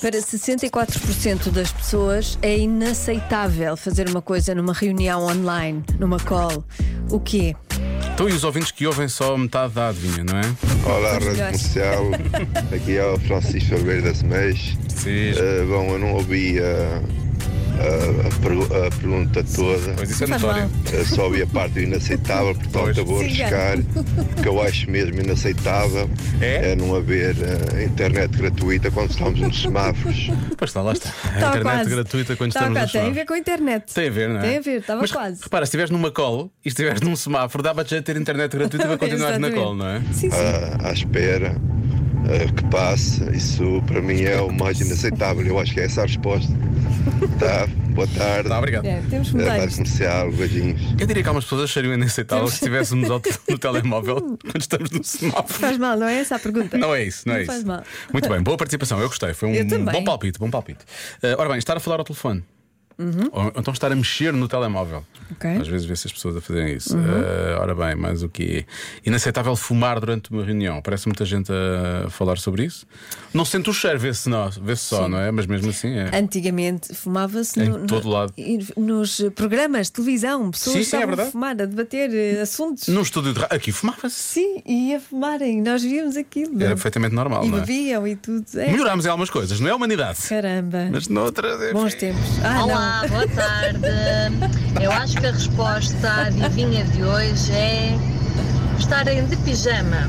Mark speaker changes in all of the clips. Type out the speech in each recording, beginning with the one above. Speaker 1: Para 64% das pessoas é inaceitável fazer uma coisa numa reunião online, numa call. O quê?
Speaker 2: Então, e os ouvintes que ouvem só metade da adivinha, não é?
Speaker 3: Olá,
Speaker 1: Os
Speaker 3: Rádio
Speaker 1: melhores.
Speaker 3: Comercial. Aqui é o Francisco Almeida das Mês.
Speaker 2: Sim.
Speaker 3: bom, eu não ouvi a, a- a pergu- a pergunta toda.
Speaker 2: Pois isso é
Speaker 1: Não faz
Speaker 2: notório.
Speaker 1: Tá mal.
Speaker 3: Eu só ouvi a parte do inaceitável, portanto eu vou
Speaker 1: Pois. Siga.
Speaker 3: arriscar. O que eu acho mesmo inaceitável
Speaker 2: É?
Speaker 3: não haver eh, internet gratuita quando estamos nos semáforos.
Speaker 2: Pois está, lá está. A
Speaker 1: Estava Tá
Speaker 2: internet
Speaker 1: quase.
Speaker 2: gratuita quando
Speaker 1: Estava quase.
Speaker 2: estamos nos
Speaker 1: Tem a
Speaker 2: semáforos.
Speaker 1: ver com a internet.
Speaker 2: Tem a ver, não é?
Speaker 1: Tem a ver, estava
Speaker 2: Mas,
Speaker 1: quase.
Speaker 2: Repara, se estiveres numa call e estiveres num semáforo, dá-te jeito de ter internet gratuita para continuares na
Speaker 1: Exatamente.
Speaker 2: call, não é?
Speaker 1: Sim, sim.
Speaker 3: à, à espera eh, que passe. Isso para mim é o mais inaceitável. Eu acho que é essa a resposta. Tá, boa tarde.
Speaker 2: Tá, obrigado.
Speaker 1: É, temos que
Speaker 3: Eh,
Speaker 1: mudar
Speaker 3: Rádio
Speaker 1: isto.
Speaker 3: Comercial, beijinhos.
Speaker 2: Eu diria que algumas pessoas achariam inaceitável se estivéssemos ao te- no telemóvel quando estamos no semáforo.
Speaker 1: Faz mal, não é essa a pergunta?
Speaker 2: Não é isso, não é
Speaker 1: Não
Speaker 2: isso.
Speaker 1: faz mal.
Speaker 2: Muito bem, boa participação, eu gostei. Foi um
Speaker 1: Eu também.
Speaker 2: bom palpite, bom palpite. Eh, ora bem, estar a falar ao telefone. Ou então estar a mexer no telemóvel.
Speaker 1: Uhum. Ok. Uhum.
Speaker 2: Às vezes vê-se as pessoas a fazerem isso. Eh, ora bem, mas o que Inaceitável fumar durante uma reunião. Parece muita gente a falar sobre isso. Não sente o cheiro, vê-se nó- vê-se só, não é? Mas mesmo assim é.
Speaker 1: Antigamente fumava-se
Speaker 2: Em
Speaker 1: no- no-
Speaker 2: todo lado.
Speaker 1: e nos eh, programas de televisão, pessoas
Speaker 2: Sim, sim, é
Speaker 1: estavam a
Speaker 2: verdade.
Speaker 1: fumar, a debater eh, assuntos.
Speaker 2: Num estúdio de rádio. Aqui fumava-se.
Speaker 1: Sim, e a fumarem, nós víamos aquilo.
Speaker 2: Era perfeitamente normal,
Speaker 1: Uhum. E
Speaker 2: não é?
Speaker 1: bebiam e tudo. É,
Speaker 2: Melhorámos em algumas coisas, não é a humanidade.
Speaker 1: caramba.
Speaker 2: Mas noutras. enfim.
Speaker 1: Bons tempos. Ah,
Speaker 4: Olá, boa tarde. Eu acho que a resposta à adivinha de hoje é estarem de pijama.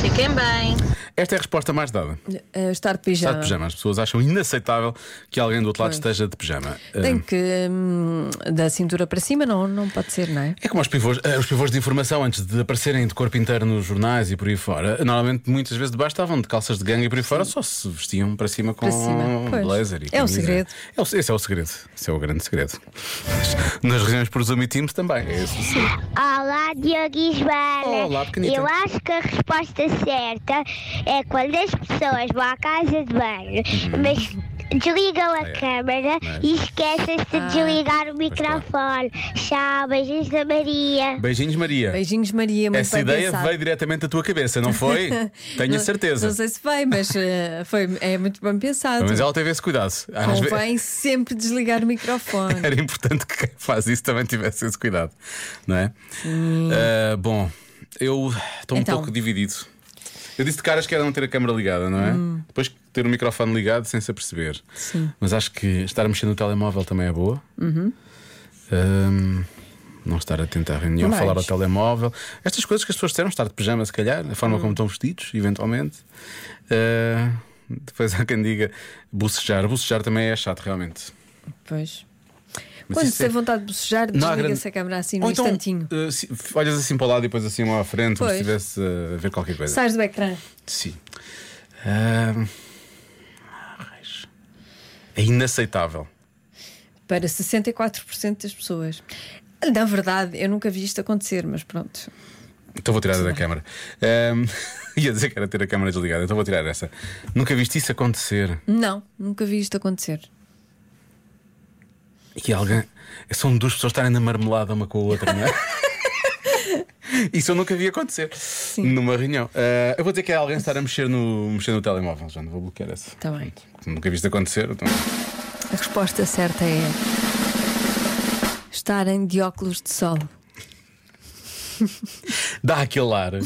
Speaker 4: Fiquem bem.
Speaker 2: Esta é a resposta mais dada.
Speaker 1: não. Eh, estar de
Speaker 2: Está
Speaker 1: pijama.
Speaker 2: de pijama. As pessoas acham inaceitável que alguém do outro lado
Speaker 1: Pois.
Speaker 2: esteja de pijama.
Speaker 1: Tem
Speaker 2: Ah,
Speaker 1: que. hum, da cintura para cima, não, não pode ser, não é?
Speaker 2: É como os pivôs, ah, os pivôs de informação, antes de aparecerem de corpo inteiro nos jornais e por aí fora, normalmente muitas vezes debaixo estavam de calças de gangue e por aí fora, só se vestiam para cima com
Speaker 1: Para cima, pois.
Speaker 2: blazer. E
Speaker 1: É o
Speaker 2: camisa.
Speaker 1: segredo.
Speaker 2: É o, esse é o segredo. Esse é o grande segredo. Mas Nas regiões por Zoom e Teams também. É esse o segredo.
Speaker 5: Olá, Diogo e Joana.
Speaker 2: Olá, pequenita.
Speaker 5: Eu acho que a resposta certa é quando as pessoas vão à casa de banho, mas desligam a
Speaker 2: Uhum. é.
Speaker 5: câmara
Speaker 2: Mas-
Speaker 5: e esquecem-se de desligar o microfone. Tchau, beijinhos da Maria.
Speaker 2: Beijinhos, Maria.
Speaker 1: Beijinhos, Maria. Muito
Speaker 2: Essa
Speaker 1: bem
Speaker 2: ideia
Speaker 1: pensado.
Speaker 2: veio diretamente da tua cabeça, não foi? Tenho a
Speaker 1: Não-
Speaker 2: certeza.
Speaker 1: Não sei se vai, mas eh, foi, é muito bem pensado.
Speaker 2: Mas ela teve esse cuidado. Às ve-
Speaker 1: Convém sempre desligar o microfone.
Speaker 2: Era importante que quem faz isso também tivesse esse cuidado, não é? Ah, bom, eu estou um
Speaker 1: Então.
Speaker 2: pouco dividido. Eu disse de caras que era não ter a câmara ligada, não é? Depois ter o microfone ligado sem se aperceber.
Speaker 1: Hum. Sim. Uhum.
Speaker 2: Mas acho que estar a mexer no telemóvel também é boa. Ahm, não estar atento à reunião,
Speaker 1: Mais.
Speaker 2: falar ao telemóvel. Estas coisas que as pessoas disseram, estar de pijama, se calhar, a
Speaker 1: Hum.
Speaker 2: forma como estão vestidos, eventualmente. Ah, depois há quem diga bocejar. Bocejar também é chato, realmente.
Speaker 1: Pois.
Speaker 2: Mas
Speaker 1: Quando
Speaker 2: isso é-
Speaker 1: se tem vontade de bocejar,
Speaker 2: Não há
Speaker 1: desliga-se
Speaker 2: grande-
Speaker 1: a câmera assim
Speaker 2: Ou
Speaker 1: num
Speaker 2: então,
Speaker 1: instantinho.
Speaker 2: eh, se- olhas assim para o lado e depois assim lá à frente, como
Speaker 1: Pois.
Speaker 2: se estivesse eh, a ver qualquer coisa.
Speaker 1: Sais do ecrã.
Speaker 2: Sim. Ahm, ah, raios. É inaceitável.
Speaker 1: para 64% das pessoas. Na verdade, eu nunca vi isto acontecer, mas pronto.
Speaker 2: Então vou tirar da câmara. Ahm, ia dizer que era ter a câmara desligada, então vou tirar essa. Nunca viste isso acontecer.
Speaker 1: Não, nunca vi isto acontecer.
Speaker 2: E alguém. São duas pessoas estarem na marmelada uma com a outra, não é? Isso eu nunca vi acontecer numa reunião. Ah, eu vou dizer que é alguém estar a mexer no, mexer no telemóvel, já não vou bloquear essa.
Speaker 1: Tá bem.
Speaker 2: Nunca viste acontecer, então.
Speaker 1: A resposta certa é estarem de óculos de sol.
Speaker 2: Dá aquele ar.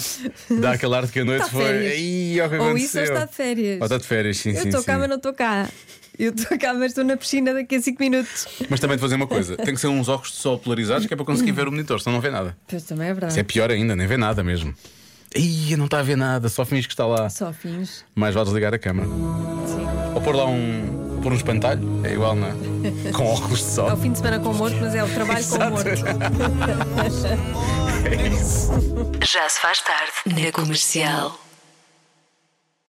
Speaker 2: Dá aquele ar de que a noite
Speaker 1: Está Tá de
Speaker 2: foi.
Speaker 1: férias.
Speaker 2: "Ih, olha o que
Speaker 1: Ou isso
Speaker 2: aconteceu."
Speaker 1: ou está de férias.
Speaker 2: Ou está de férias, sim,
Speaker 1: eu
Speaker 2: sim.
Speaker 1: estou
Speaker 2: sim.
Speaker 1: cá, mas não estou cá. Eu estou cá, mas estou na piscina daqui a 5 minutos.
Speaker 2: Mas também de fazer uma coisa: tem que ser uns óculos de sol polarizados que é para conseguir ver o monitor, senão não vê nada.
Speaker 1: Pois também é
Speaker 2: Isso
Speaker 1: verdade.
Speaker 2: é pior ainda, nem vê nada mesmo. Ih, não está a ver nada, só finge que está lá.
Speaker 1: Só fins.
Speaker 2: Mais vale desligar a câmera. Ou pôr lá um. pôr um espantalho, é igual, não é? Com óculos de
Speaker 1: É o
Speaker 2: sol.
Speaker 1: fim de semana com o morto, mas é o trabalho com o
Speaker 2: Exato.
Speaker 1: morto.
Speaker 2: É isso.
Speaker 6: Já se faz tarde na comercial.